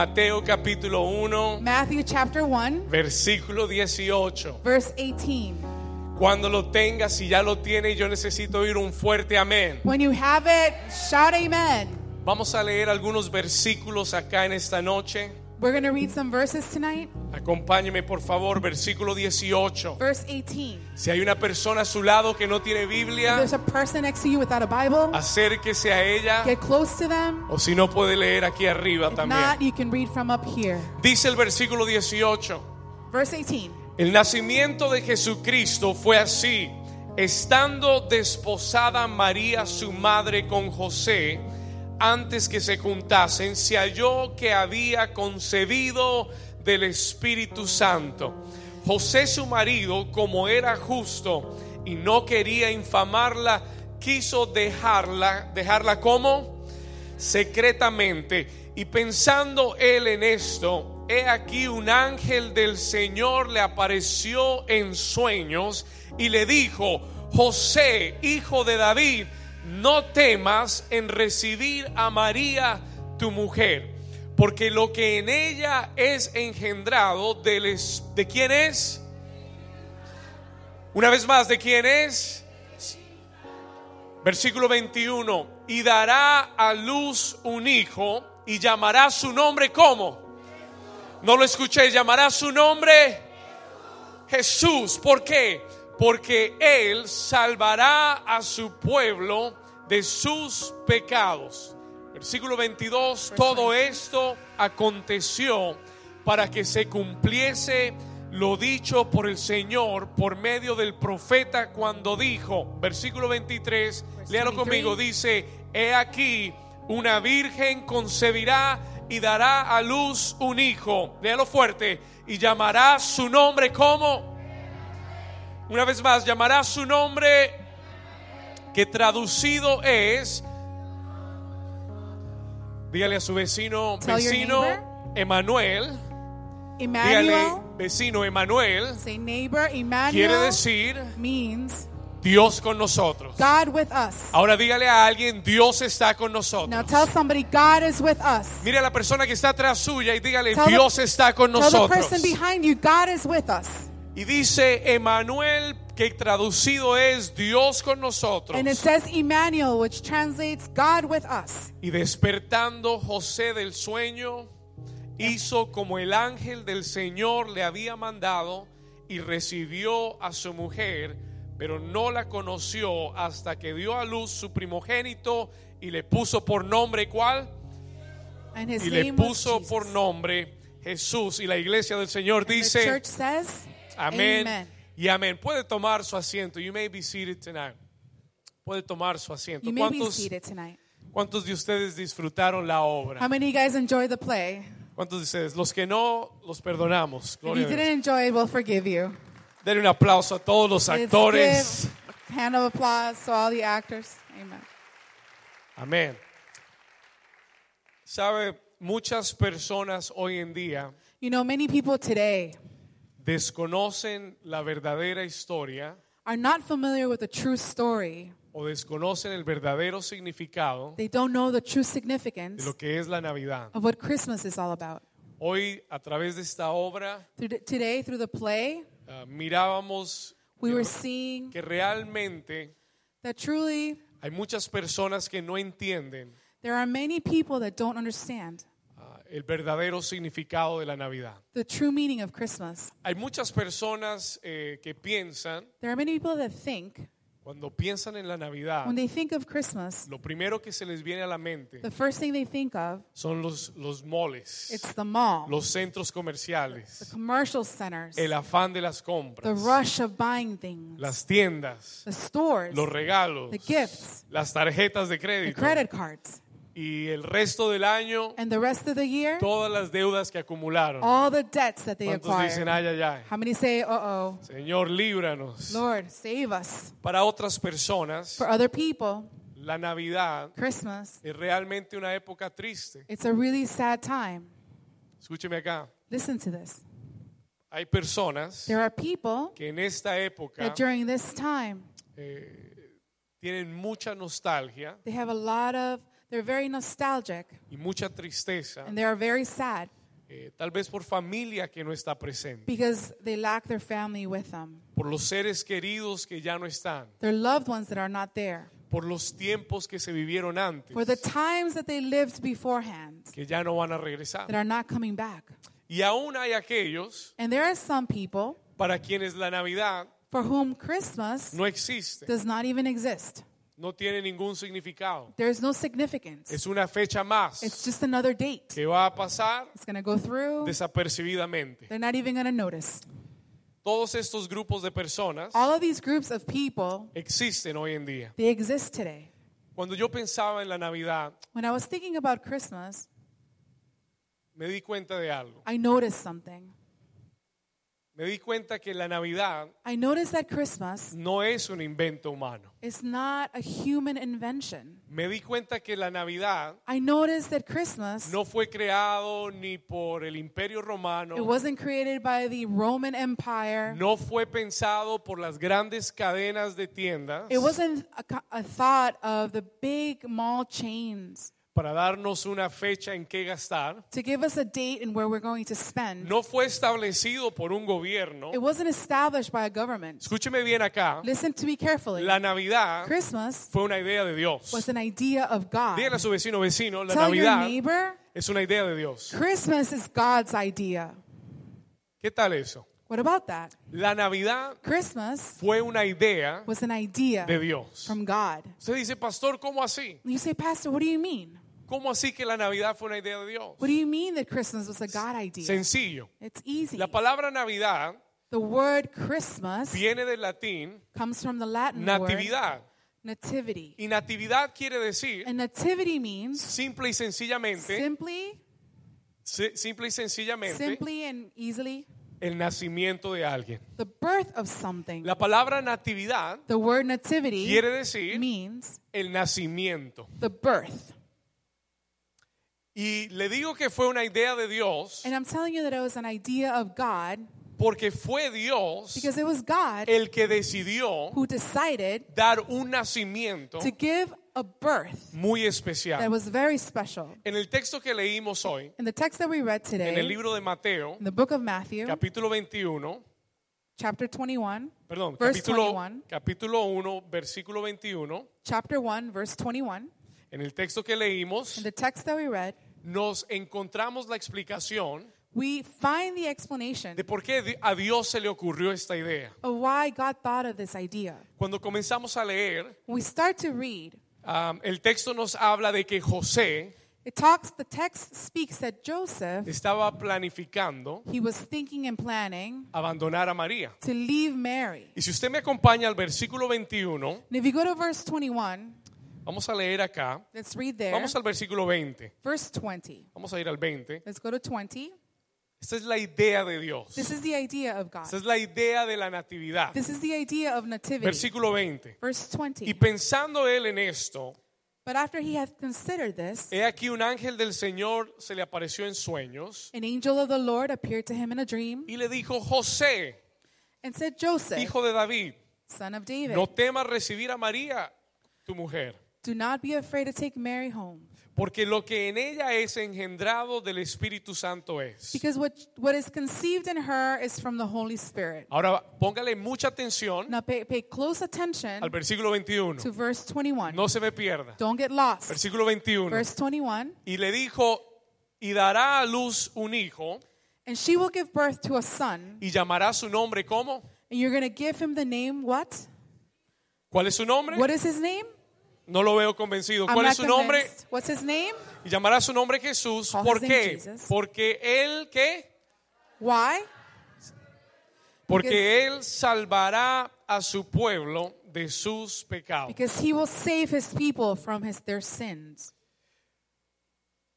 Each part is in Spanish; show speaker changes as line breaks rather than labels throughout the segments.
Mateo capítulo 1,
Matthew chapter 1,
versículo 18.
verse 18.
Cuando lo tengas, si ya lo tienes, yo necesito oír un fuerte amén.
When you have it, shout amen.
Vamos a leer algunos versículos acá en esta noche.
We're going to read some verses tonight.
Acompáñeme por favor, versículo 18.
Verse 18.
Si hay una persona a su lado que no tiene
If
Biblia,
there's a person next to you without a Bible,
acérquese a ella
get close to them.
o si no puede leer aquí arriba
If not,
también.
you can read from up here.
Dice el versículo 18.
Verse 18.
El nacimiento de Jesucristo fue así. Estando desposada María, su madre, con José, antes que se juntasen, se halló que había concebido del Espíritu Santo. José, su marido, como era justo y no quería infamarla, quiso dejarla, dejarla como secretamente. Y pensando él en esto, he aquí un ángel del Señor le apareció en sueños y le dijo, José, hijo de David, no temas en recibir a María, tu mujer, porque lo que en ella es engendrado del es- de quién es. Una vez más, ¿de quién es? Versículo 21. Y dará a luz un hijo y llamará su nombre ¿cómo? No lo escuché, llamará su nombre Jesús. ¿Por qué? Porque él salvará a su pueblo de sus pecados. Versículo 22. Todo esto aconteció para que se cumpliese lo dicho por el Señor por medio del profeta cuando dijo, versículo 23, léalo conmigo, dice, he aquí, una virgen concebirá y dará a luz un hijo, léalo fuerte, y llamará su nombre como, una vez más, llamará su nombre que traducido es, dígale a su vecino,
Tell your
vecino,
neighbor.
Emanuel, dígale,
Emmanuel,
vecino Emanuel,
say neighbor,
quiere
Emmanuel
decir
means
Dios con nosotros.
God with us.
Ahora dígale a alguien, Dios está con
Now
nosotros.
tell somebody, God is with us.
Mire a la persona que está atrás suya y dígale,
Tell the-
Dios está con
Tell the
nosotros.
person behind you, God is with us.
Y dice Emanuel, que traducido es Dios con nosotros.
And it says Emmanuel, which translates God with us.
Y despertando José del sueño, hizo como el ángel del Señor le había mandado y recibió a su mujer, pero no la conoció hasta que dio a luz su primogénito y le puso por nombre ¿cuál?
And his
y le
name was
puso por
Jesus.
nombre Jesús. Y la iglesia del Señor
The
dice,
church says,
amén
Amen.
y amén. Puede tomar su asiento. You may be seated tonight. Puede tomar su asiento.
You may be
¿Cuántos,
seated tonight.
cuántos de ustedes disfrutaron la
How
obra?
many of you guys enjoy the play?
¿Cuántos de ustedes? Los que no, los perdonamos.
If
Gloria
you
a Dios.
didn't enjoy it, we'll forgive you.
Denle un aplauso a todos los
Let's
actores.
give a hand of applause to all the actors. Amen.
Amén. Sabe, muchas personas hoy en día
You know, many people today
desconocen la verdadera historia
are not familiar with the true story.
o desconocen el verdadero significado
They don't know the true
de
significance
lo que es la Navidad.
of what Christmas is all about.
Hoy, a través de esta obra,
Through the- Today, through the play,
ah, mirábamos
we were seeing
que realmente
that truly
hay muchas personas que no entienden
there are many people that don't understand
ah, el verdadero significado de la Navidad.
the true meaning of Christmas.
Hay muchas personas eh, que piensan,
There are many people that think,
cuando piensan en la Navidad,
when they think of Christmas,
lo primero que se les viene a la mente
the first thing they think of
son los, los moles,
it's the mall,
los centros comerciales,
commercial centers,
el afán de las
the
compras,
rush of buying things,
las tiendas,
the stores,
los regalos,
the gifts,
las tarjetas de
the
crédito
credit cards,
y el resto del año
and the rest of the year,
todas las deudas que acumularon.
all the debts that they
¿Cuántos dicen
acquired.
ay ay ay?
How many say, uh oh,
Señor, líbranos.
Lord, save us?
Para otras personas,
For other people,
la Navidad
Christmas,
es realmente una época triste.
it's a really sad time.
Escúcheme acá.
Listen to this.
Hay personas
There are people
que en esta época
that during this time,
tienen mucha nostalgia
they have a lot of, They're very nostalgic
y mucha tristeza,
and they are very sad
eh, tal vez por familia que no está presente,
because they lack their family with them,
por los seres queridos que ya no están,
their loved ones that are not there,
por los tiempos que se vivieron antes,
for the times that they lived beforehand
que ya no van a
that
regresar.
are not coming back.
Y aún hay aquellos
And there are some people
para quienes la Navidad
for whom Christmas
no existe,
does not even exist.
no tiene ningún significado.
There's no significance.
Es una fecha
It's
más
just another date.
que va a pasar
It's going to go through.
desapercibidamente.
They're not even going to notice.
Todos estos grupos de personas
All of these groups of people,
existen hoy en día.
they exist today.
Cuando yo pensaba en la Navidad,
When I was thinking about Christmas,
me di cuenta de algo.
I noticed something.
Me di cuenta que la Navidad
I noticed that Christmas
no es un invento humano.
is not a human invention.
Me di cuenta que la Navidad
I noticed that Christmas
no fue creado ni por el Imperio
it
Romano,
wasn't created by the Roman Empire.
no fue pensado por las grandes cadenas de tiendas
It wasn't a, co- a thought of the big mall chains
para darnos una fecha en que gastar.
to give us a date and where we're going to spend.
No fue establecido por un gobierno.
It wasn't established by a government.
Escúcheme bien acá.
Listen to me carefully.
La Navidad
Christmas
fue una idea de Dios.
was an idea of God.
Dígale a su vecino, vecino, la
Tell your
Navidad
neighbor,
es una idea de Dios.
Christmas is God's idea.
¿Qué tal eso?
What about that?
La Navidad
Christmas
fue una idea
was an idea
de Dios.
from God.
Usted dice, pastor, ¿cómo así?
You say, Pastor, what do you mean?
¿Cómo así que la Navidad fue una idea de Dios?
What do you mean that Christmas was a God idea?
Sencillo.
It's easy.
La palabra Navidad
The word Christmas
viene del latín
comes from the Latin word
natividad.
nativity.
Y natividad quiere decir
And nativity means
simple y sencillamente,
simply,
si- simple y sencillamente,
simply and easily
el nacimiento de alguien.
the birth of something.
La palabra natividad
The word nativity
quiere decir
means
el nacimiento.
the birth.
Y le digo que fue una idea de Dios
And I'm telling you that it was an idea of God
porque fue Dios
because it was God
el que decidió
who decided
dar un nacimiento
to give a birth
muy
that
especial.
was very special.
En el texto que leímos hoy,
In the text that we read today,
en el
in
libro de Mateo,
the book of Matthew,
capítulo 21,
chapter 21,
perdón,
Verse
capítulo,
21.
capítulo 1, versículo 21,
chapter 1, verse 21,
en el texto que
in
leímos,
the text that we read,
nos encontramos la explicación
we find the explanation
de por qué di- a Dios se le ocurrió esta idea.
of why God thought of this idea.
Cuando comenzamos a leer,
When we start to read,
ah, el texto nos habla de que José
it talks the text speaks that Joseph
estaba planificando
he was thinking and planning
abandonar a María.
to leave Mary.
Y si usted me acompaña al versículo 21,
And if you go to verse 21,
vamos a leer acá.
let's read there.
Vamos al versículo 20.
Verse 20.
Vamos a ir al 20.
Let's go to 20.
Esta es la idea de Dios.
This is the idea of God.
Esta es la idea de la natividad.
This is the idea of nativity.
Versículo 20.
Verse
Y
20.
pensando él en esto,
But after he had considered this,
he aquí un ángel del Señor se le apareció en sueños
an angel of the Lord appeared to him in a dream
y le dijo, José,
and said, "Joseph,
hijo de David,
son of David,
no temas recibir a María, tu mujer,
do not be afraid to take Mary home,
porque lo que en ella es engendrado del Espíritu Santo es.
because what what is conceived in her is from the Holy Spirit."
Ahora póngale mucha atención
Now pay, pay close attention
al versículo 21.
to verse 21.
No se me pierda.
Don't get lost.
Versículo 21.
Verse 21.
Y le dijo, y dará a luz un hijo,
And she will give birth to a son,
y llamará su nombre ¿cómo?
and you're going to give him the name what?
¿Cuál es su nombre?
What is his name?
No lo veo convencido.
I'm
¿Cuál
not
es su nombre?
convinced. What's his name?
Y llamará su nombre Jesús.
Call
¿Por
his
qué?
name Jesus.
Porque él qué?
Why?
Porque él salvará a su pueblo de sus pecados.
Because he will save his people from his their sins.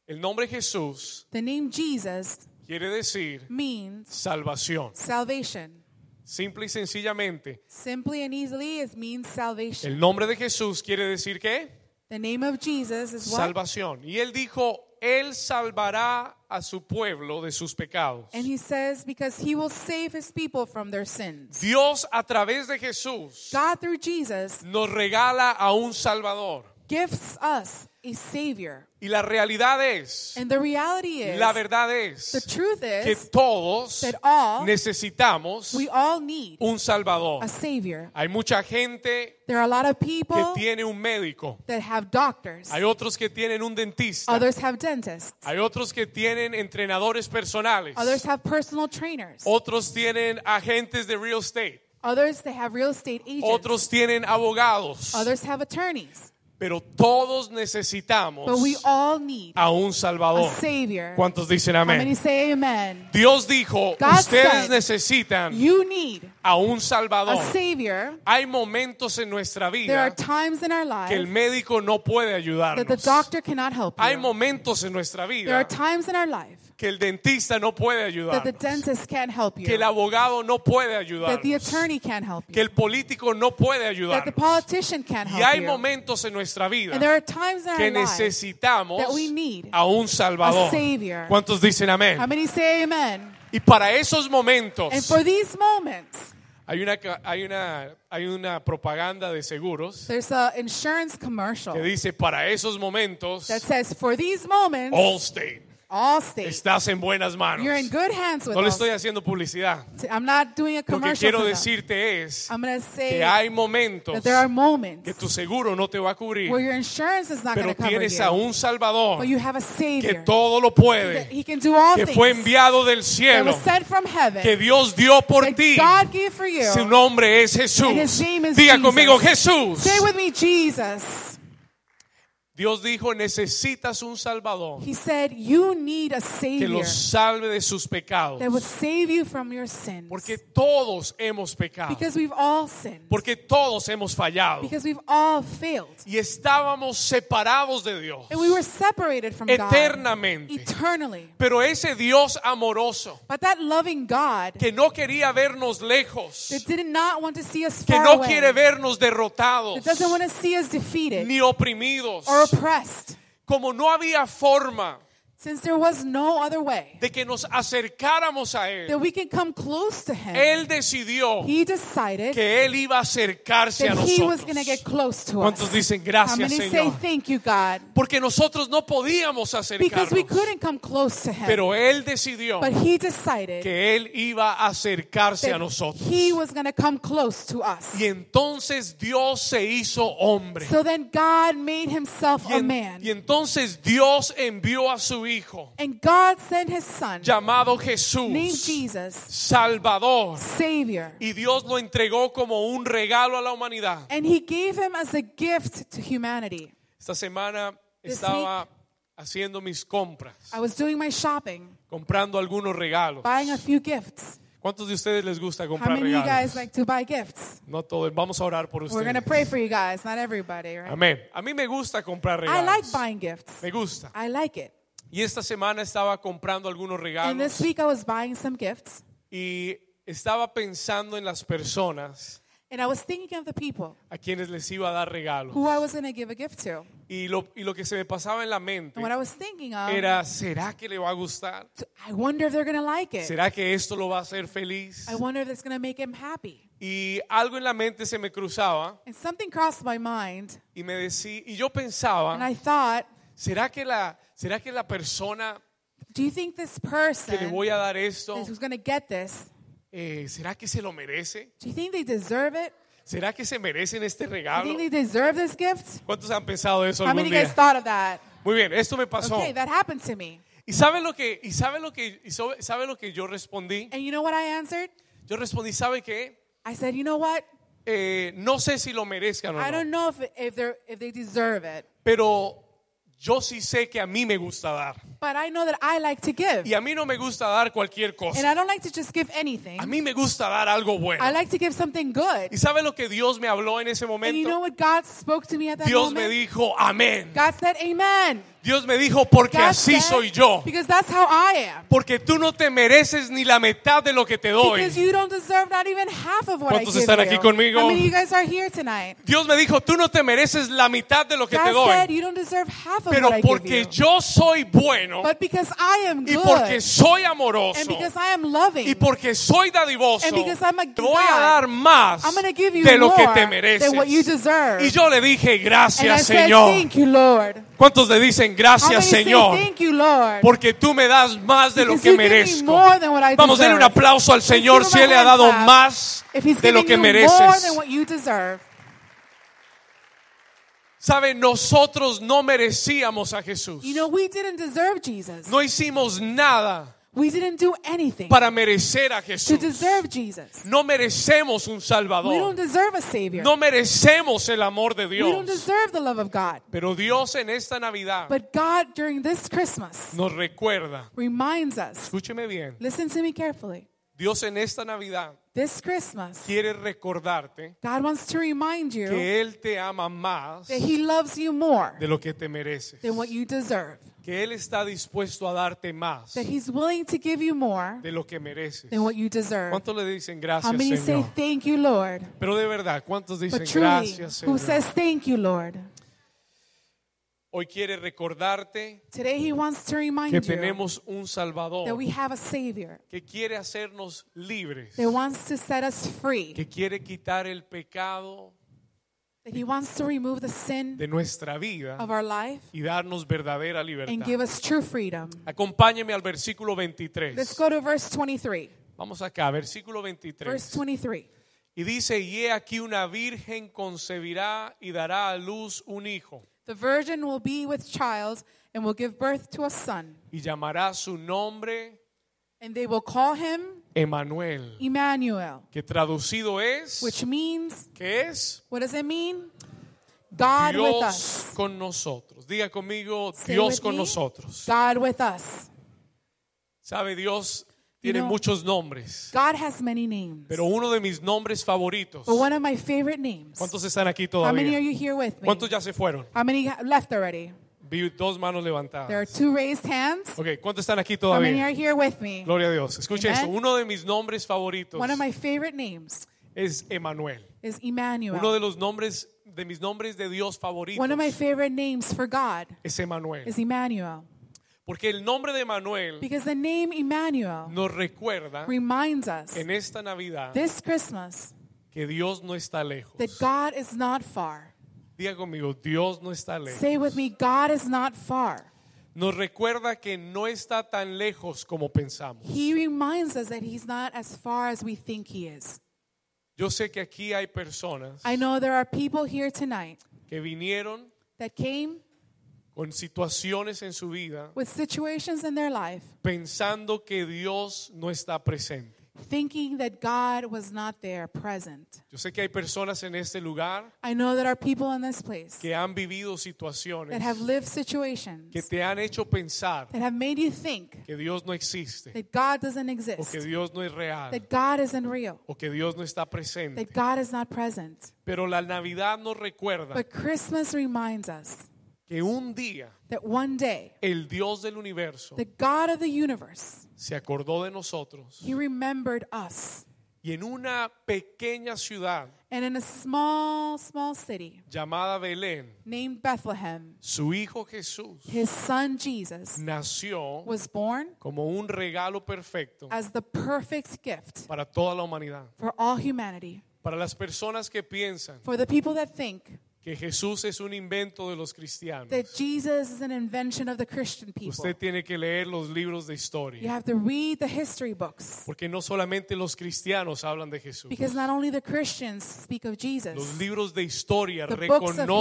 El nombre Jesús
The name Jesus
quiere decir
means
salvación.
salvation.
Simple y sencillamente.
Simply and easily, it means salvation.
El nombre de Jesús quiere decir qué?
The name of Jesus is what?
salvación. Y él dijo, él salvará a su pueblo de sus pecados.
And he says, because he will save his people from their sins.
Dios a través de Jesús
God through Jesus
nos regala a un Salvador.
gifts us a Savior.
Y la realidad es,
And the reality is,
la verdad
the
es
truth
que
is,
todos
that all-
necesitamos
we all need
un salvador.
a Savior.
Hay mucha gente
There are a lot of
que
people
tiene un médico,
that have doctors,
hay otros que tienen un dentista,
others have dentists,
hay otros que tienen entrenadores personales,
others have personal trainers,
otros tienen agentes de real estate,
others they have real estate agents,
otros tienen abogados,
others have attorneys.
pero todos necesitamos
But we all need
a un
a
salvador.
Savior. How
¿Cuántos dicen
many
Ah, oh. amén?
say amen?
Dios dijo,
God
ustedes
said,
necesitan
You need
a un
a
salvador.
Savior.
Hay momentos en nuestra
There are
vida
times in our lives
que el médico no puede
that the
ayudarnos.
doctor cannot help
Hay
you.
momentos en nuestra
There
vida
are times in our life
que el dentista no puede
that the
ayudarnos,
dentist can't help you,
que el abogado no puede
that the
ayudarnos,
attorney can't help
que
you,
el político no puede
that the
ayudarnos.
politician can't
Y
help
hay
you.
momentos en nuestra vida
And there are times in
que
our lives
necesitamos
that we need
a un
a
Salvador.
Savior.
¿Cuántos dicen amén?
How many say amen?
Y para esos momentos
And for these moments,
hay una ca- hay una hay una propaganda de seguros
there's an insurance
que
commercial
dice para esos momentos
that says, for these moments,
Allstate
Allstate,
estás en buenas manos.
you're in good hands with
No le estoy
Allstate.
haciendo publicidad.
I'm not doing a
Lo que
commercial
quiero
for them.
decirte es
I'm going to say
que hay momentos
that there are
que
moments
tu seguro no te va a cubrir,
where your insurance is not going
pero
to cover
tienes a
you,
un Salvador
but you have a
que
Savior.
todo lo
that
puede,
He can do all
que fue
things.
enviado del
That
cielo,
was sent from
que
heaven.
Dios dio por
That
ti.
God gave for you.
Su nombre es
And
Jesús.
his name is
Diga
Jesus.
conmigo, Jesús.
Say with me, Jesus.
Dios dijo, necesitas un Salvador
He said, "You need
que
a Savior
los salve de sus pecados.
that would save you from your sins,
Porque todos hemos pecado.
because we've all sinned,
Porque todos hemos fallado.
because we've all failed,
Y estábamos separados de Dios
and we were separated from God
eternamente.
eternally."
Pero ese Dios amoroso
But that loving God
que no quería vernos lejos,
that did not want to see us
que
far
no
away,
quiere vernos derrotados
that doesn't want to see us defeated
ni oprimidos,
or oppressed,
como no había forma
since there was no other way
de que nos acercáramos a Él.
that we can come close to Him.
Él decidió
He decided
que Él iba a acercarse a
that He was
nosotros.
going to get close to us.
¿Cuántos dicen
How
gracias,
many say
Señor?
thank you, God?
Porque nosotros no podíamos acercarnos.
Because we couldn't come close to Him.
Pero Él decidió
But he decided
que Él iba a acercarse a
that
nosotros.
he was going to come close to us.
Y entonces Dios se hizo hombre.
So then God made himself
Y,
a
en-
man.
y entonces Dios envió a su Hijo,
And God sent his son,
llamado
named
Jesús,
Jesus,
Salvador.
Savior.
Y Dios lo entregó como un regalo a la humanidad.
And he gave him as a gift to humanity.
Esta semana
This
estaba haciendo mis compras,
I was doing my shopping,
comprando algunos regalos.
buying a few gifts.
¿Cuántos de ustedes les gusta
How
comprar
many of you guys
regalos?
like to buy gifts?
No todos. Vamos a orar por
We're going to
ustedes.
pray for you guys, not everybody, right?
Amén. A mí me gusta comprar
I like
regalos.
buying gifts.
Me gusta.
I like it.
Y esta semana estaba comprando algunos
And
regalos
this week I was buying some gifts,
y estaba pensando en las personas
and I was thinking of the people
a quienes les iba a dar regalos.
who I was going to give a gift to.
Y lo, y lo que se me pasaba en la mente
And what I was thinking of
era, ¿será que le va a gustar?
I wonder if they're going to like it.
¿Será que esto lo va a hacer feliz?
I wonder if it's going to make him happy.
Y algo en la mente se me cruzaba
And something crossed my mind,
y me decía, y yo
and
pensaba,
I thought,
¿será que la, será que la persona
do you think this
que le
person
voy a dar esto,
is- who's going to get this,
eh, será que se lo merece?
do you think they deserve it?
¿Será que se merecen este
Do you
regalo?
think they deserve this gift?
¿Cuántos han pensado eso
How
algún
many of you
día?
guys thought of that?
Muy bien, esto me pasó.
Okay, that happened to me.
¿Y sabe lo que y sabe lo que y so- sabe lo que yo respondí?
And you know what I answered?
Yo respondí, ¿sabe qué?
I said, you know what?
Eh, no sé si lo merezcan
I
o
don't
no,
know if, if, they're, if they deserve it,
pero yo sí sé que a mí me gusta dar.
but I know that I like to give.
Y a mí no me gusta dar cualquier
And
cosa.
I don't like to just give anything.
A mí me gusta dar algo
I
bueno.
like to give something good.
¿Y sabe lo que Dios me habló en ese
And you
momento?
know what God spoke to me at that
Dios me
moment?
dijo, amén.
God said, Amen.
Dios me dijo, porque
God
así
said,
soy yo.
Because that's how I am.
Porque tú no te mereces ni la mitad de lo que te
Because
doy.
you don't deserve not even half of what I
¿Cuántos
give
están
you.
aquí conmigo?
I mean, you guys are here tonight.
Dios me dijo, tú no te mereces la mitad de lo que te
God said
doy.
you don't deserve half of
Pero
what I
porque
give you.
yo soy bueno
But because I am
y
good,
porque soy
and
amoroso
because I am loving,
y porque soy dadivoso,
And because I'm a
te voy a
God,
dar más
I'm going to give you
de lo
more
que te mereces.
than what you deserve.
Y yo le dije,
and I
gracias
said,
Señor.
thank you, Lord.
¿Cuántos le dicen
How many
gracias
say,
Señor?
thank you, Lord?
Porque tú me das más de lo
Because
que
you give me
merezco.
more than what I
Vamos, denle un
deserve.
aplauso al
give
Señor
him
si
a
Él le ha
hand
dado
clap
más
if he's
de lo
giving
que
you more
mereces.
than what you deserve.
Saben, nosotros no merecíamos a Jesús.
You know, we didn't deserve Jesus.
No hicimos nada
We didn't do anything
para merecer a
to
Jesús.
deserve Jesus.
No merecemos un
We don't
Salvador.
deserve a Savior.
No merecemos el amor de
we don't
Dios.
deserve the love of God.
Pero Dios en esta Navidad
But God, during this Christmas,
nos recuerda,
reminds us
escúcheme bien,
listen to me carefully.
Dios en esta Navidad
This Christmas,
quiere recordarte
God wants to remind you
que Él te ama más
that He loves you more
de lo que te mereces.
than what you deserve,
Que Él está dispuesto a darte más
that He's willing to give you more
de lo que mereces.
than what you deserve.
¿Cuántos le dicen
How
gracias,
many say
Señor?
thank you, Lord?
Pero de verdad, ¿cuántos dicen
este- But truly,
gracias,
who
Señor?
says thank you, Lord?
Hoy quiere recordarte
Today He wants to remind
que
you
tenemos un
that
Salvador
we have a Savior
que quiere hacernos libres,
that wants to set us free,
que quiere quitar el pecado
that He wants to remove the sin
de nuestra vida
of our life
y darnos verdadera
and
libertad.
give us true freedom.
Acompáñeme al versículo
Let's
23.
go to verse 23.
Vamos acá, versículo
Verse
23.
23.
Y dice, y he aquí una virgen concebirá y dará a luz un hijo.
The virgin will be with child and will give birth to a son,
y llamará su nombre
and they will call him
Emanuel,
Emmanuel,
que traducido es
which means,
que es
what does it mean? God with
Dios
us.
con nosotros. Diga conmigo,
Say
Dios
with
con
me,
nosotros.
God with us.
Sabe, Dios tiene
know-
muchos nombres,
God has many names.
pero uno de mis nombres favoritos.
But one of my favorite names.
¿Cuántos están aquí
How many are
todavía?
you here with me?
¿Cuántos ya se fueron?
How many ha- left already?
Vi dos manos
There are
levantadas.
two raised hands.
Ok, ¿cuántos están aquí
How many are
todavía?
here with me?
Gloria a Dios. Escuche
Amen.
esto. Uno de mis nombres favoritos
One of my favorite names
es Emanuel.
is
Uno de
Emmanuel.
los nombres de mis nombres de Dios favoritos
One of my favorite names for God
es Emanuel.
is Emmanuel.
Porque el nombre de Manuel
Because the name Emmanuel
nos recuerda
reminds us
en esta Navidad
this Christmas
que Dios no está lejos.
that God is not far.
Diga conmigo, Dios no está lejos.
Say with me, God is not far.
Nos recuerda que no está tan lejos como pensamos.
He reminds us that He's not as far as we think He is.
Yo sé que aquí hay personas
I know there are people here tonight
que vinieron
that came
con situaciones en su vida
with situations in their life
pensando que Dios no está presente.
thinking that God was not there present.
Yo sé que hay personas en este lugar
I know that our people in this place
que han vivido
that
situaciones
have lived
que
situations
te han hecho pensar
that have made you think
que Dios no existe
that God doesn't
o que
exist,
Dios no es real.
that God isn't real,
o que Dios no está presente.
that God is not present.
Pero la Navidad nos recuerda
But Christmas reminds us
que un día
that one day,
el Dios del universo
the God of the universe,
se acordó de nosotros
He remembered us.
y en una pequeña ciudad
And in a small, small city
llamada Belén,
named Bethlehem,
su hijo Jesús
His son
Mm.
Jesus
nació
was born
como un regalo perfecto
as the perfect gift
para toda la humanidad.
for all humanity.
Para las personas que piensan
For the people that think
que Jesús es un invento de los cristianos,
that Jesus is an invention of the Christian people,
usted tiene que leer los libros de
you
historia,
have to read the history books
porque no solamente los cristianos hablan de Jesús.
because not only the Christians speak of
Los
Jesus,
libros de historia
the books of
reconocen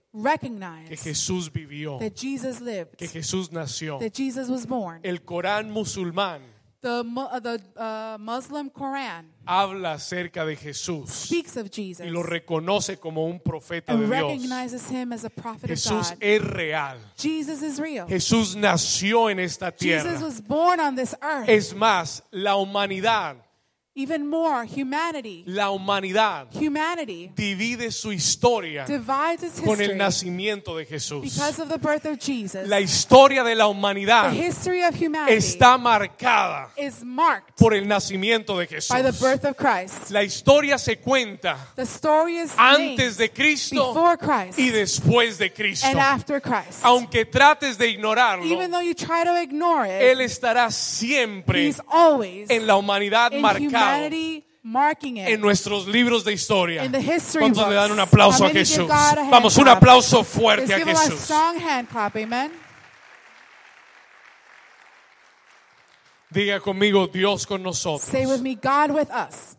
que
recognize
Jesús vivió,
that Jesus lived,
que Jesús nació.
that Jesus was born.
El Corán musulmán
The, mu- uh, the uh, Muslim Quran
habla acerca de Jesús
speaks of
y lo
Jesus
reconoce como un profeta de
and
Dios.
recognizes him as a prophet of
Jesús
God.
es real.
Jesus is real.
Jesús nació en esta
Jesus
tierra.
was born on this earth.
Es más, la humanidad
Even more, humanity,
La humanidad
humanity
divide su historia
divides its
con el
history
nacimiento de Jesús.
because of the birth of Jesus.
La historia de la
The
humanidad
history of humanity
está marcada
is marked
por el nacimiento de Jesús.
by the birth of Christ.
La historia se cuenta
The story is
antes de
named
Cristo
before Christ
y después de
and
Cristo.
after Christ.
Aunque trates de ignorarlo,
Even though you try to ignore it,
Él estará siempre
he's always
en la humanidad
in
marcado
humanity marking it.
en nuestros libros de historia.
In the history
¿Cuántos le
books?
dan un aplauso
How
a
many give
Jesús?
God a hand
Vamos, un
clap?
aplauso fuerte
Let's
a
give him a
Jesús.
strong hand clap, amen.
Diga conmigo, Dios con nosotros.
Say with me, God with us.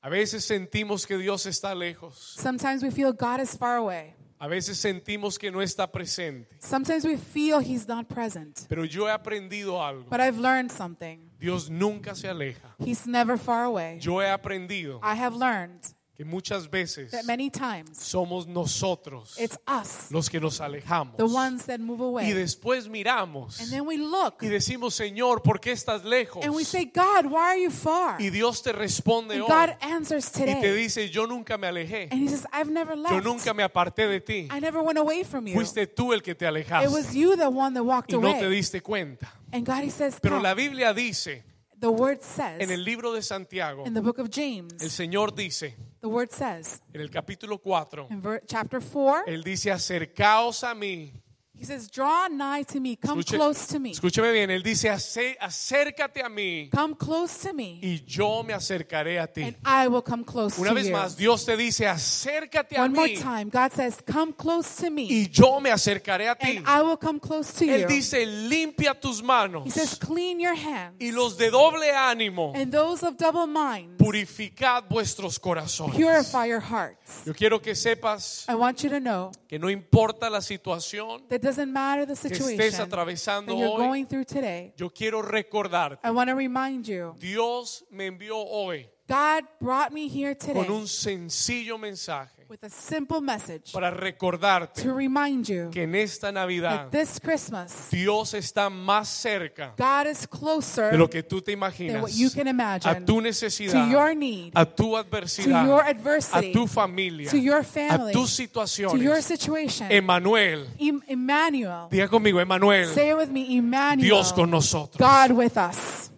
A veces sentimos que Dios está lejos.
Sometimes we feel God is far away.
A veces sentimos que no está presente.
Sometimes we feel he's not present.
Pero yo he aprendido algo.
But I've learned something.
Dios nunca se aleja.
He's never far away.
Yo he aprendido
I have learned
que muchas veces
that many times
somos nosotros
it's us,
los que nos alejamos.
the ones that move
Y
away.
después miramos
And then we look
y decimos, Señor, ¿por qué estás lejos?
and we say, God, why are you far?
Y Dios te responde
And
hoy
God answers
y te
today.
dice, yo nunca me alejé.
And he says, I've never
Yo
left.
nunca me aparté de ti.
I never went away from you.
Fuiste tú el que te
It
alejaste
was you, the one that walked
y no te
away.
diste cuenta.
And God, he says,
Pero
"No."
la Biblia dice
the word says
en el libro de Santiago,
in the book of
el
James,
Señor dice
the word says
en el capítulo 4,
in ver- chapter 4,
Él dice, acercaos a mí.
he says, Draw nigh to me, come
Escuche-
close to me,
escúcheme bien, Él dice, "Ace- acércate a mí
come close to me,
y yo me acercaré a ti.
and I will come close
Una
to
vez
you.
más, Dios te dice, acércate a
One more
mí
time, God says, Come close to me,
y yo me acercaré a ti.
and I will come close to
Él
you.
dice, limpia tus manos
He says, Clean your hands,
y los de doble ánimo,
and those of double mind,
purificad vuestros corazones.
purify your hearts.
Yo quiero que sepas
I want you to know
que no importa la situación
that doesn't matter the
estés
situation
atravesando
that you're
hoy.
going through today.
yo quiero recordarte,
I want to remind you,
Dios me envió hoy
God brought me here today
con un sencillo mensaje
with a simple message
para recordarte
to remind you
que en esta Navidad
that this Christmas,
Dios está más cerca
God is closer
de lo que tú te
than
imaginas
what you can
a tu
imagine to your
necesidad,
need,
a tu
to
adversidad,
your
a
adversity,
tu familia,
to your
a
family,
tus
to your
situaciones.
situation.
Emmanuel,
Em- Emmanuel.
diga conmigo, Emmanuel,
Say it with me, Emmanuel.
Dios con nosotros.
God with us.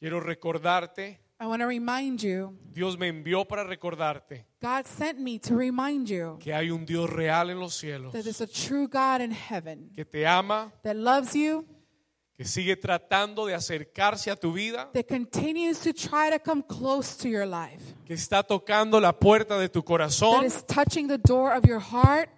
Quiero recordarte,
I want to remind you,
Dios me envió para recordarte
God sent me to remind you
que hay un Dios real en los cielos
that there's a true God in heaven
que te ama,
that loves you,
que sigue tratando de acercarse a tu vida,
that continues to try to come close to your life,
que está tocando la puerta de tu
that
corazón,
is touching the door of your heart,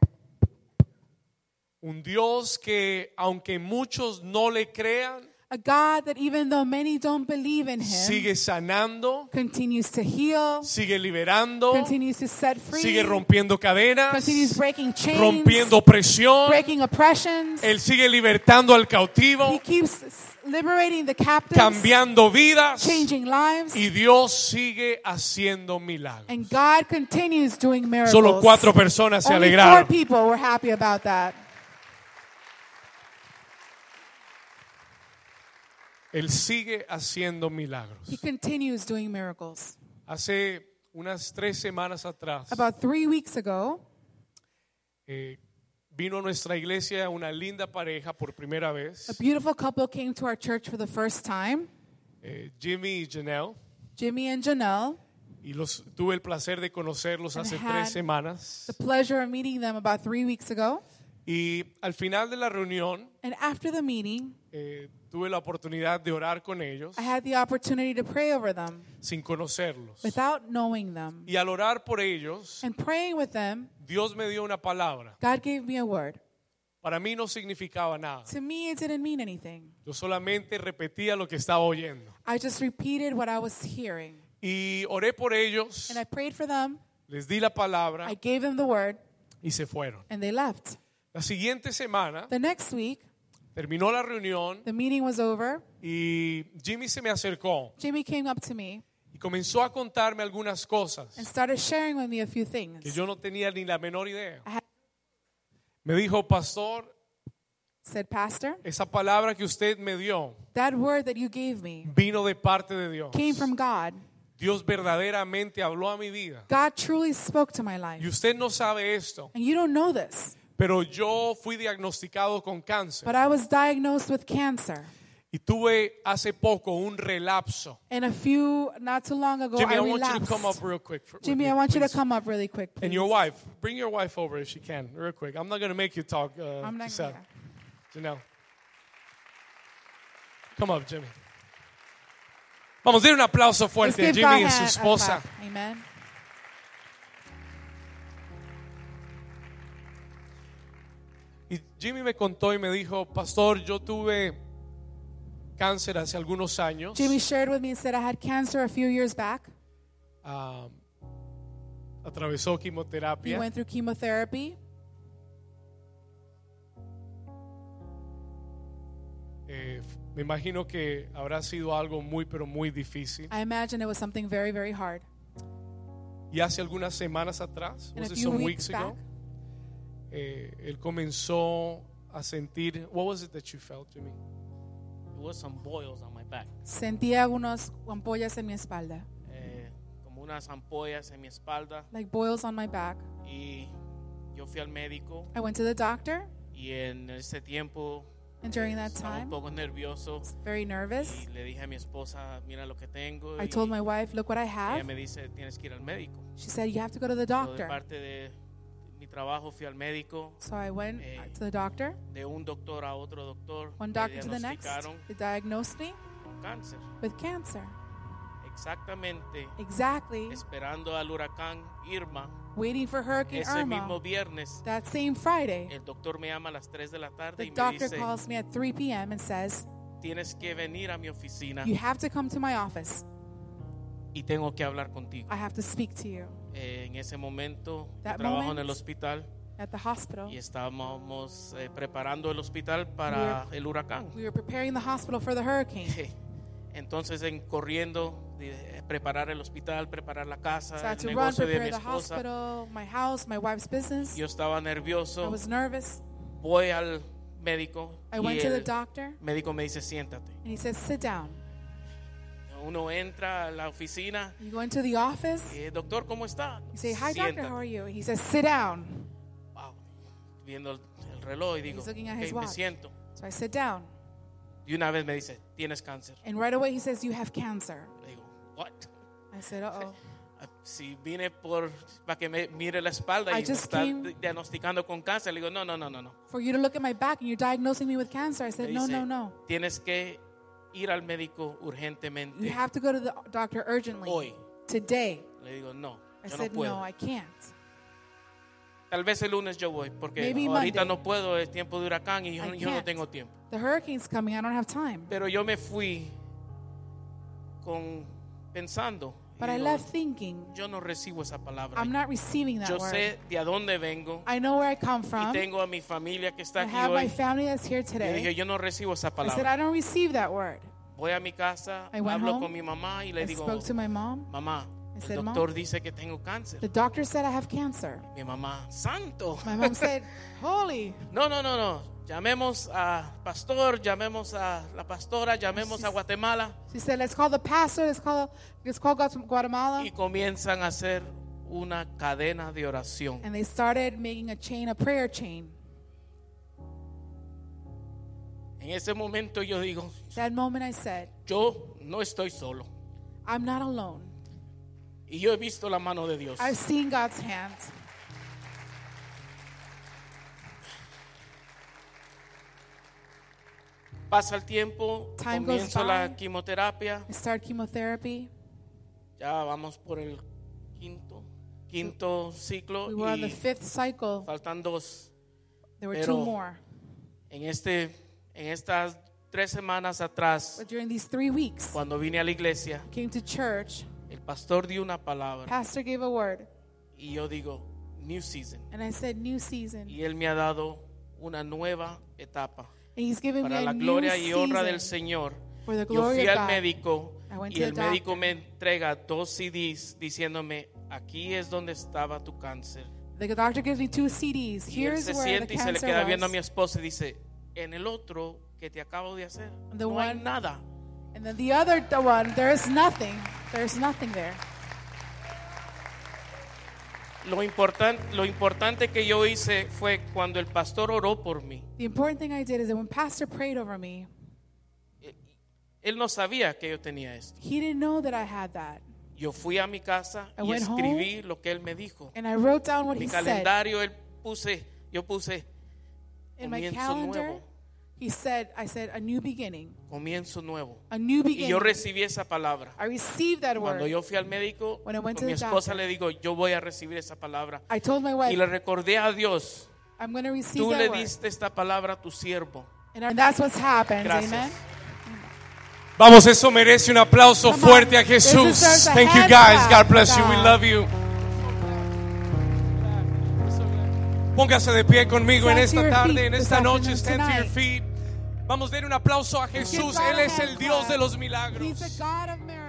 un Dios que aunque muchos no le crean,
a God that even though many don't believe in Him,
sigue sanando,
continues to heal,
sigue liberando,
continues to set free,
sigue rompiendo cadenas,
continues breaking chains,
rompiendo opresión,
breaking oppressions.
Él sigue libertando al
He
cautivo,
keeps s- liberating the captives,
cambiando vidas
changing lives,
y Dios sigue haciendo milagros.
and God continues doing miracles.
Solo cuatro personas se
Only
alegraron.
four people were happy about that.
Él sigue haciendo milagros.
He continues doing miracles.
Hace unas tres semanas atrás
About three weeks ago,
eh, vino a nuestra iglesia una linda pareja por primera
a
vez,
beautiful couple came to our church for the first time,
eh, Jimmy y Janelle,
Jimmy and Janelle.
y los, tuve el placer de conocerlos hace
And had
tres semanas.
The pleasure of meeting them about three weeks ago.
Y al final de la reunión
And after the meeting,
eh, tuve la oportunidad de orar con ellos
I had the opportunity to pray over them
sin conocerlos.
without knowing them.
Y al orar por ellos,
And praying with them,
Dios me dio una palabra.
God gave me a word.
Para mí no significaba nada.
To me, it didn't mean anything.
Yo solamente repetía lo que estaba oyendo.
I just repeated what I was hearing.
Y oré por ellos,
And I prayed for them.
les di la palabra
I gave them the word,
y se fueron.
and they left.
La siguiente semana
The next week,
terminó la reunión
the meeting was over.
y Jimmy se me acercó
Jimmy came up to me
y comenzó a contarme algunas cosas
and started sharing with me a few
que
things.
yo no tenía ni la menor idea.
I had-
Me dijo, pastor,
said Pastor,
Esa palabra que usted me dio
that word that you gave me
vino de parte de Dios.
came from God.
Dios verdaderamente habló a mi vida.
God truly spoke to my
Y
life.
usted no sabe esto,
And you don't know this,
pero yo fui diagnosticado con cáncer
but I was diagnosed with cancer.
y tuve hace poco un relapso.
And a few, not too long ago,
Jimmy, I
I
want you to
relapsed.
come up real quick. for- with
Jimmy,
me,
I want you to
please.
come up really quick, please.
And your wife, bring your wife over if she can, real quick. I'm not going to make you talk, uh,
I'm not
Giselle.
gonna-
Janelle. Come up, Jimmy. Vamos, denle un aplauso
Let's
fuerte a
give God
Jimmy y
a-
su
a
esposa.
clap. Amen.
Y Jimmy me contó y me dijo, pastor, yo tuve cáncer hace algunos años.
Jimmy shared with me and said I had cancer a few years back.
Ah, atravesó
He
quimioterapia.
went through chemotherapy.
Eh, me imagino que habrá sido algo muy, pero muy difícil.
I imagine it was something very, very hard.
Y hace algunas semanas atrás,
And
was
a
it
few
some
weeks
weeks
back,
ago, eh, él comenzó a sentir, what was it that you felt, Jimmy?
It was some boils on my back.
sentía algunas ampollas en mi espalda,
eh, como unas ampollas en mi espalda.
like boils on my back.
Y yo fui al médico
I went to the doctor,
y en ese tiempo
and during that
estaba un
time,
poco nervioso.
very nervous.
Y le dije a mi esposa, mira lo que tengo.
I
y
told my wife, "Look what I
ella
have."
me dice, tienes que ir al médico.
She said, "You have to go to the
Yo de
doctor."
parte de mi trabajo fui al médico,
So I went
Eh.
to the doctor.
de un doctor a otro doctor.
One
me
doctor to the next,
diagnosticaron
they diagnosed me
con cáncer.
with cancer.
Exactamente,
Exactly.
esperando al huracán Irma,
Waiting for Hurricane
ese mismo
Irma
viernes.
that same Friday.
El doctor me llama a las 3 de la tarde
The
y me
doctor
dice,
calls me at 3 p.m. and says,
tienes que venir a mi oficina
You have to come to my office.
y tengo que hablar contigo.
I have to speak to you
Eh, en ese momento yo
That
trabajo
moment-
en el hospital
at the hospital.
y estábamos eh, preparando el hospital para el huracán.
We were preparing the hospital for the hurricane.
Entonces en corriendo de- eh, preparar el hospital, preparar la casa,
So I had
el
to run,
negocio de eh, mi
prepare the
esposa.
hospital, my house, my wife's business.
Yo estaba
I
nervioso.
was nervous.
Voy al médico
I
y
went to the
el
doctor and
médico me dice siéntate.
he says, Sit down.
Uno entra a la oficina
You go into the office.
y eh, doctor cómo está.
You say, Hi, doctor,
Siéntate.
how are you? And he says, Sit down.
Wow. Viendo el, el reloj y digo,
He's looking at his
"Ok,
watch."
me siento.
So I sit down.
Y una vez me dice, tienes cáncer.
And right away he says, You have cancer.
Le digo, what?
I said, Uh oh.
Ah, Si vine por para que me mire la espalda
I
y me
just
está
came-
di- diagnosticando con cáncer, le digo, no, no, no, no, no.
For you to look at my back and you're diagnosing me with cancer. I
Me
said, No,
dice,
no, no.
Tienes que ir al médico urgentemente.
You have to go to the doctor urgently.
Hoy.
Today.
Le digo, no,
I
yo no
said,
puedo.
No, I can't.
Tal vez el lunes yo voy porque
Maybe
ahorita
Monday.
no puedo, es tiempo de huracán y yo,
I
yo no
can't.
tengo tiempo.
The hurricane's coming. I don't have time.
Pero yo me fui con pensando. y
But I
digo,
left thinking,
yo no recibo esa palabra.
I'm not receiving that
Yo
word.
sé de a dónde vengo
I know where I come
y
from.
tengo a mi familia que está
I
aquí
have my
hoy.
family that's here
Y dije,
today.
yo no recibo esa
I said, I
palabra.
don't receive that word.
Voy a mi casa,
I went
hablo
home.
con mi mamá y le
I
digo,
spoke to my mom.
mamá,
I
el
said, "Mom."
doctor dice que tengo cáncer.
The doctor said I have cancer.
Mi mamá, santo.
My mom said, Holy.
No, no, no, no. Llamemos a pastor, llamemos a la pastora, llamemos a
She's-
Guatemala
She said, Let's call the pastor. Let's call, let's call Guat- Guatemala.
y comienzan a hacer una cadena de oración.
And they started making a chain, a prayer chain.
En ese momento yo digo,
That moment I said,
yo no estoy solo.
I'm not alone.
Y yo he visto la mano de Dios.
I've seen God's hand.
Pasa el tiempo,
Time goes
comienzo la
by.
quimioterapia.
I started chemotherapy.
Ya vamos por el quinto, quinto ciclo
We were on the
y
fifth cycle.
faltan dos.
There were
Pero-
two more.
En este, en estas tres semanas atrás,
But during these three weeks,
cuando vine a la iglesia,
came to church.
el pastor dio una palabra
Pastor gave a word,
y yo digo new season
and I said, "New season."
y él me ha dado una nueva etapa
And he's given me
para
a
la
new
gloria y honra del
season.
Señor.
For the
Yo
glory
fui
of
al
God.
médico
I went to
y
the
el médico
doctor.
me entrega dos CDs diciéndome aquí es donde estaba tu cáncer.
The doctor gives me two CDs.
Y él
Here's
se
where the
siente y se le
cancer
queda viendo a mi
was.
esposa y dice, en el otro que te acabo de hacer.
The
no hay
one-
nada.
And then the other the one, there's nothing. There's nothing there.
Lo, importan- lo importante que yo hice fue cuando el pastor oró por mí.
The important thing I did is that when Pastor prayed over me,
Él no sabía que yo tenía esto.
he didn't know that I had that.
Yo fui a mi casa
I
y
went
escribí lo que él me dijo.
And I wrote down what
mi
he said
calendario él puse, yo puse
in my
comienzo
calendar.
nuevo.
He said, I said, a new beginning.
comienzo nuevo.
A new
Y yo
beginning.
recibí esa palabra.
I received that
Cuando
word.
yo fui al médico,
When I went
con
to
mi
the
esposa
doctor.
le digo, yo voy a recibir esa palabra.
I told my
Y le
wife,
recordé a Dios,
I'm going to receive
tú le
that word.
diste esta palabra a tu siervo.
And I- that's what's happened.
Gracias.
Amen.
Vamos, eso merece un aplauso
Come on.
fuerte a
This
Jesús.
deserves a
Thank you
hand
guys.
clap.
God bless you. We
Wow.
love you. Póngase de pie conmigo en
Stand to
esta
your
tarde,
feet
en
this
esta noche.
afternoon,
Stand to your
tonight.
feet. Vamos a dar un aplauso a Jesús.
God
Él
a
es
hand
el Dios
clap.
de los milagros.
He's the God of miracles.